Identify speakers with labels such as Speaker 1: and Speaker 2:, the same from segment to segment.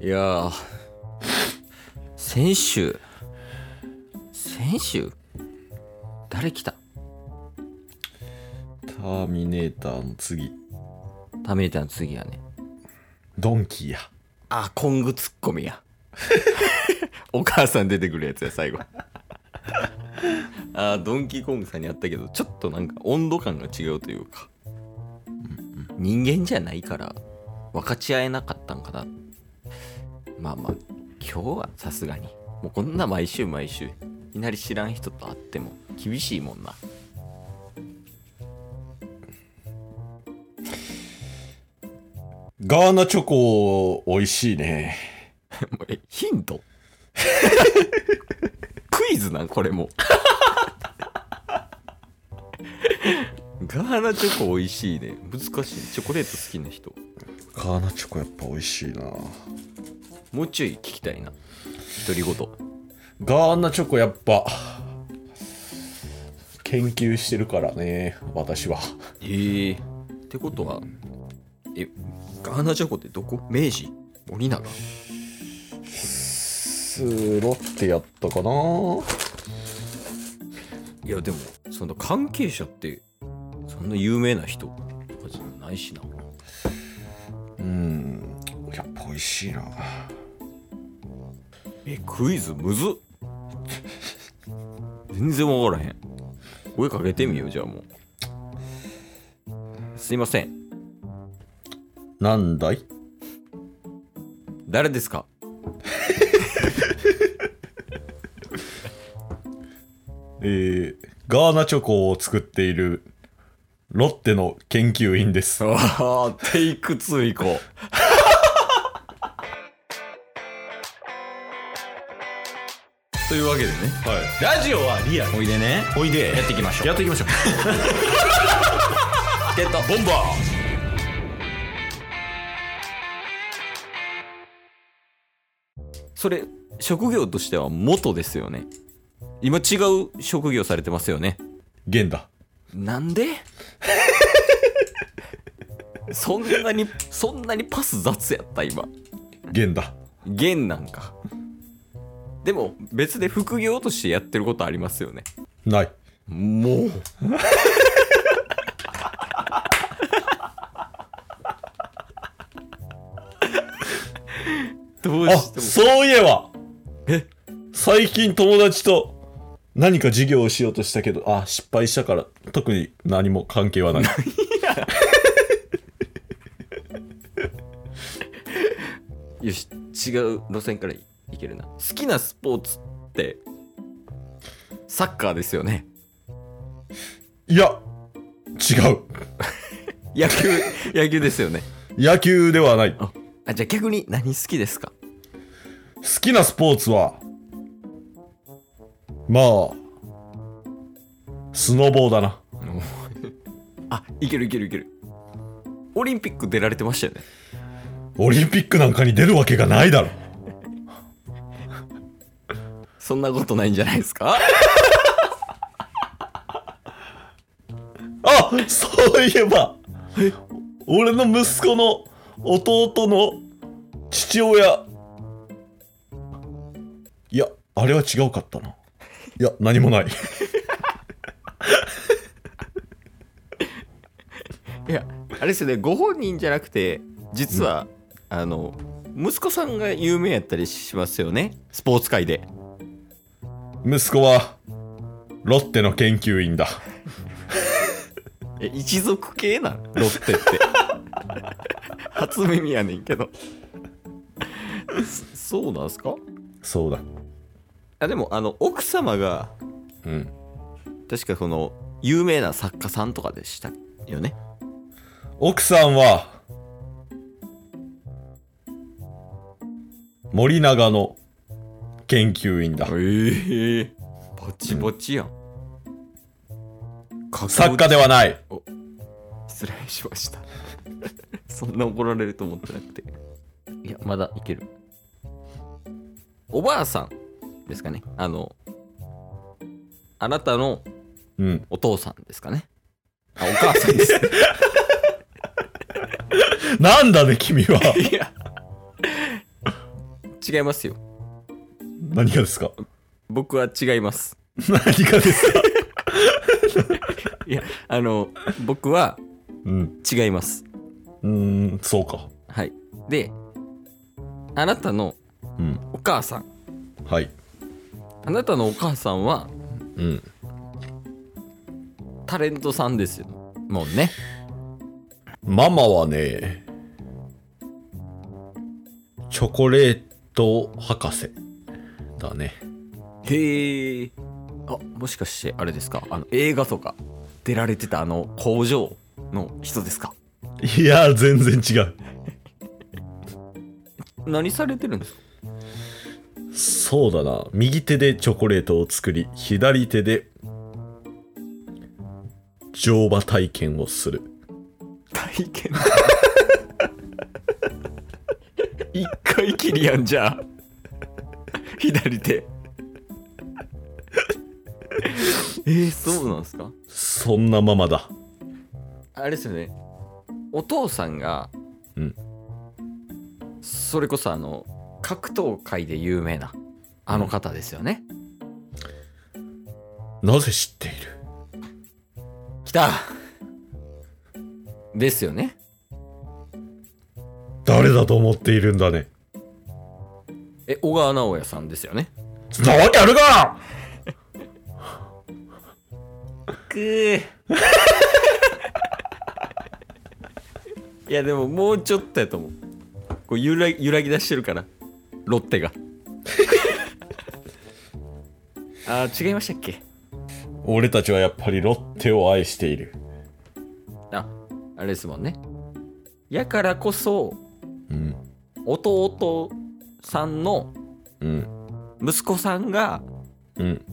Speaker 1: いやー先週先週誰来た
Speaker 2: ターミネーターの次
Speaker 1: ターミネーターの次やね
Speaker 2: ドンキーや
Speaker 1: あコングツッコミや お母さん出てくるやつや最後あードンキーコングさんにあったけどちょっとなんか温度感が違うというか人間じゃないから分かち合えなかったんかなまあまあ今日はさすがにもうこんな毎週毎週いきなり知らん人と会っても厳しいもんな
Speaker 2: ガーナチョコ美味しいね
Speaker 1: もうえヒント クイズなんこれも ガーナチョコ美味しいね難しいねチョコレート好きな人
Speaker 2: ガーナチョコやっぱ美味しいな
Speaker 1: もうちょい聞きたいな独り言
Speaker 2: ガーナチョコやっぱ研究してるからね私は
Speaker 1: ええってことはえガーナチョコってどこ明治森永
Speaker 2: スロってやったかない
Speaker 1: やでもその関係者ってそんな有名な人とかじゃないしな
Speaker 2: うんやっぱ美味しいな
Speaker 1: えクイズむずっ全然分からへん声かけてみようじゃあもうすいません
Speaker 2: なんだい
Speaker 1: 誰ですか
Speaker 2: えー、ガーナチョコを作っているロッテの研究員です
Speaker 1: ああテイク2以降 というわけでね
Speaker 2: ラジオはリアル
Speaker 1: おいでね
Speaker 2: おいで
Speaker 1: やっていきましょう
Speaker 2: っていきましょう
Speaker 1: ゲットボンバーそれ職業としては元ですよね今違う職業されてますよね
Speaker 2: ゲンだ
Speaker 1: なんで そんなにそんなにパス雑やった今
Speaker 2: ゲンだ
Speaker 1: 弦なんかでも別で副業としてやってることありますよね
Speaker 2: ない
Speaker 1: もう どう
Speaker 2: あ
Speaker 1: しても
Speaker 2: そういえば
Speaker 1: え
Speaker 2: 最近友達と何か授業をしようとしたけどあ失敗したから特に何も関係はない
Speaker 1: よし違う路線からいいけるな好きなスポーツってサッカーですよね
Speaker 2: いや違う
Speaker 1: 野球 野球ですよね
Speaker 2: 野球ではない好
Speaker 1: ああじゃあ逆に何好きですか
Speaker 2: きなスポーツはまあスノボーだな
Speaker 1: あいけるいけるいけるオリンピック出られてましたよね
Speaker 2: オリンピックなんかに出るわけがないだろ
Speaker 1: そんなことないんじゃないですか
Speaker 2: あそういえば俺の息子の弟の父親いやあれは違うかったないや何もない
Speaker 1: いやあれですよねご本人じゃなくて実は、あの息子さんが有名やったりしますよねスポーツ界で
Speaker 2: 息子はロッテの研究員だ
Speaker 1: え一族系なん ロッテって初耳やねんけど そそうなんすか
Speaker 2: そうだ
Speaker 1: あでもあの奥様が
Speaker 2: うん
Speaker 1: 確かその有名な作家さんとかでしたよね
Speaker 2: 奥さんは森永の研究員だ
Speaker 1: ええバチバチやん、
Speaker 2: 作家ではない
Speaker 1: 失礼しましたそんな怒られると思ってなくていやまだいけるおばあさんですかねあのあなたの
Speaker 2: うん
Speaker 1: お父さんですかねあお母さんです
Speaker 2: なんだね君はい
Speaker 1: や違いますよ。
Speaker 2: 何がですか
Speaker 1: 僕は違います。
Speaker 2: 何がですか
Speaker 1: いや、あの、僕は
Speaker 2: うん。
Speaker 1: 違います。
Speaker 2: うーん、そうか。
Speaker 1: はい。で、あなたの
Speaker 2: うん。
Speaker 1: お母さん、
Speaker 2: はい。
Speaker 1: あなたのお母さんは
Speaker 2: うん。
Speaker 1: タレントさんですよ。もうね。
Speaker 2: ママはね、チョコレート博士だね。
Speaker 1: へえ。あ、もしかしてあれですかあの映画とか出られてたあの工場の人ですか
Speaker 2: いや、全然違う。
Speaker 1: 何されてるんですか
Speaker 2: そうだな。右手でチョコレートを作り、左手で乗馬体験をする。
Speaker 1: 体験 一回きりやんじゃあ左手 えー、そうなんですか
Speaker 2: そんなママだ。
Speaker 1: あれですよねお父さんが、
Speaker 2: うん
Speaker 1: それこそあの格闘界で有名なあの方ですよね、
Speaker 2: なぜ知っている
Speaker 1: 来たですよね
Speaker 2: 誰だと思っているんだね。
Speaker 1: え小川直也さんですよね
Speaker 2: そんなわけあるか
Speaker 1: くー いやでももうちょっとやと思うこう揺ら揺らぎ出してるからロッテが あー違いましたっけ
Speaker 2: 俺たちはやっぱりロッテを愛している。
Speaker 1: ああれですもんねやからこそ
Speaker 2: うん。
Speaker 1: 弟さんの
Speaker 2: うん。
Speaker 1: 息子さんが
Speaker 2: うん。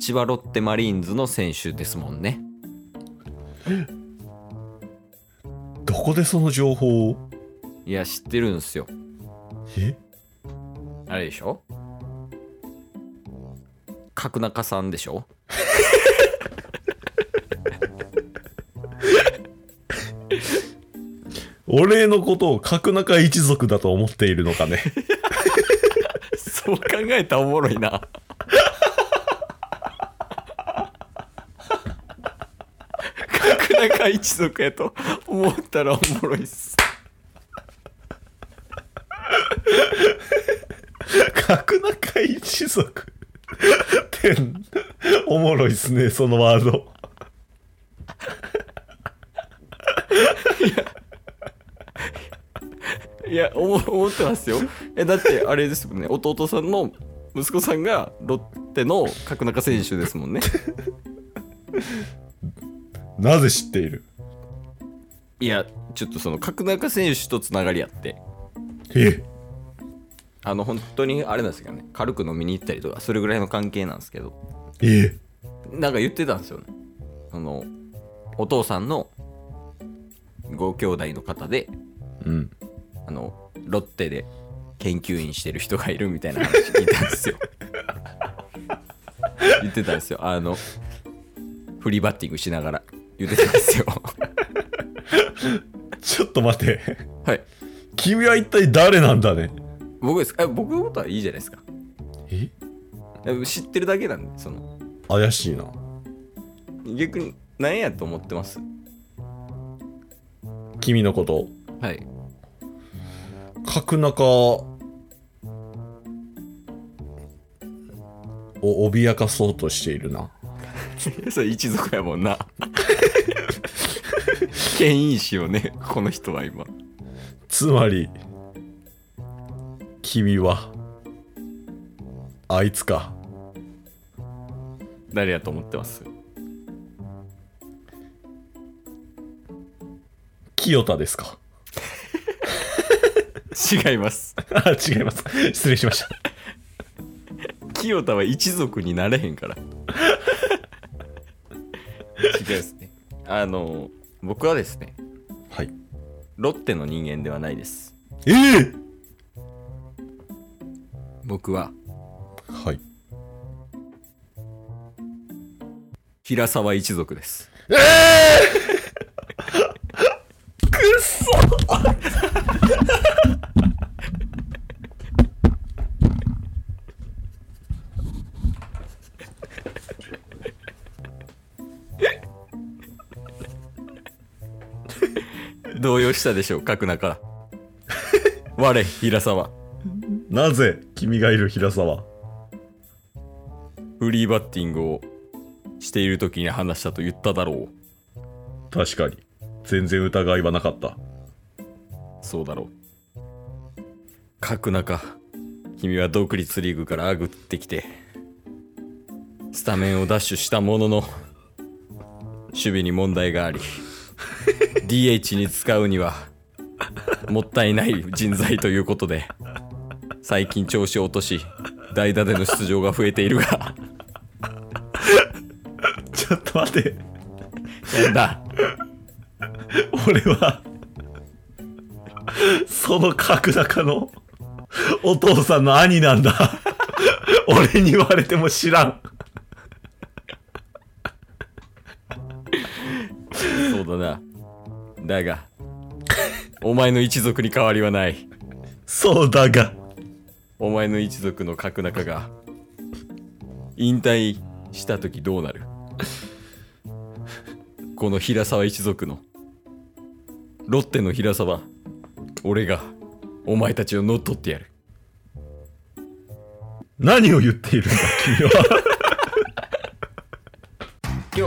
Speaker 1: 千葉ロッテマリーンズの選手ですもんね
Speaker 2: どこでその情報を
Speaker 1: いや知ってるんですよ
Speaker 2: え
Speaker 1: あれでしょ角中さんでしょ
Speaker 2: 俺のことを角中一族だと思っているのかね。
Speaker 1: そう考えたらおもろい な角中一族やと思ったらおもろいっす
Speaker 2: 角中一族って、おもろいっすね、そのワード。
Speaker 1: いやおも思ってますよえだってあれですもんね弟さんの息子さんがロッテの角中選手ですもんね
Speaker 2: なぜ知っている
Speaker 1: いやちょっとその角中選手とつながりあって
Speaker 2: え
Speaker 1: あの本当にあれなんですけどね軽く飲みに行ったりとかそれぐらいの関係なんですけど
Speaker 2: え
Speaker 1: なんか言ってたんですよねそのお父さんのご兄弟の方で
Speaker 2: うん。
Speaker 1: あのロッテで研究員してる人がいるみたいな話聞いたんです よ言ってたんですよあのフリーバッティングしながら言ってたんです よ
Speaker 2: ちょっと待って。
Speaker 1: はい
Speaker 2: 君は一体誰なんだね
Speaker 1: 僕ですえ僕のことはいいじゃないですか
Speaker 2: え
Speaker 1: え知ってるだけなんでその
Speaker 2: 怪しいな。
Speaker 1: 逆に何やと思ってます
Speaker 2: 君のこと。
Speaker 1: はい
Speaker 2: 角中を脅かそうとしているな。
Speaker 1: それ一族やもんな 権威士をねこの人は今
Speaker 2: つまり、君は、あいつか。
Speaker 1: 誰やと思ってます
Speaker 2: 清田ですか
Speaker 1: 違います
Speaker 2: あ違います失礼しました
Speaker 1: 清田は一族になれへんから違うですねあの僕はですね
Speaker 2: はい
Speaker 1: ロッテの人間ではないです
Speaker 2: ええ
Speaker 1: 僕は
Speaker 2: はい
Speaker 1: 平沢一族です
Speaker 2: ええくっそ
Speaker 1: 動揺したでしょう、角中から。我、平沢。
Speaker 2: なぜ君がいる平沢
Speaker 1: フリーバッティングをしている時に話したと言っただろう。
Speaker 2: 確かに全然疑いはなかった
Speaker 1: そうだろう。角中、君は独立リーグからあぐってきて、スタメンをダッシュしたものの、守備に問題があり、DH に使うには、もったいない人材ということで、最近調子を落とし、代打での出場が増えているが、
Speaker 2: ちょっと待って
Speaker 1: なんだ、
Speaker 2: 俺はその角中のお父さんの兄なんだ俺に言われても知らん
Speaker 1: そうだな。だが、お前の一族に変わりはない。
Speaker 2: そうだが
Speaker 1: お前の一族の角中が引退した時どうなる この平沢一族のロッテの平沢俺がお前たちを乗っ取ってやる
Speaker 2: 何を言っているんだ君は
Speaker 1: 今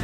Speaker 3: す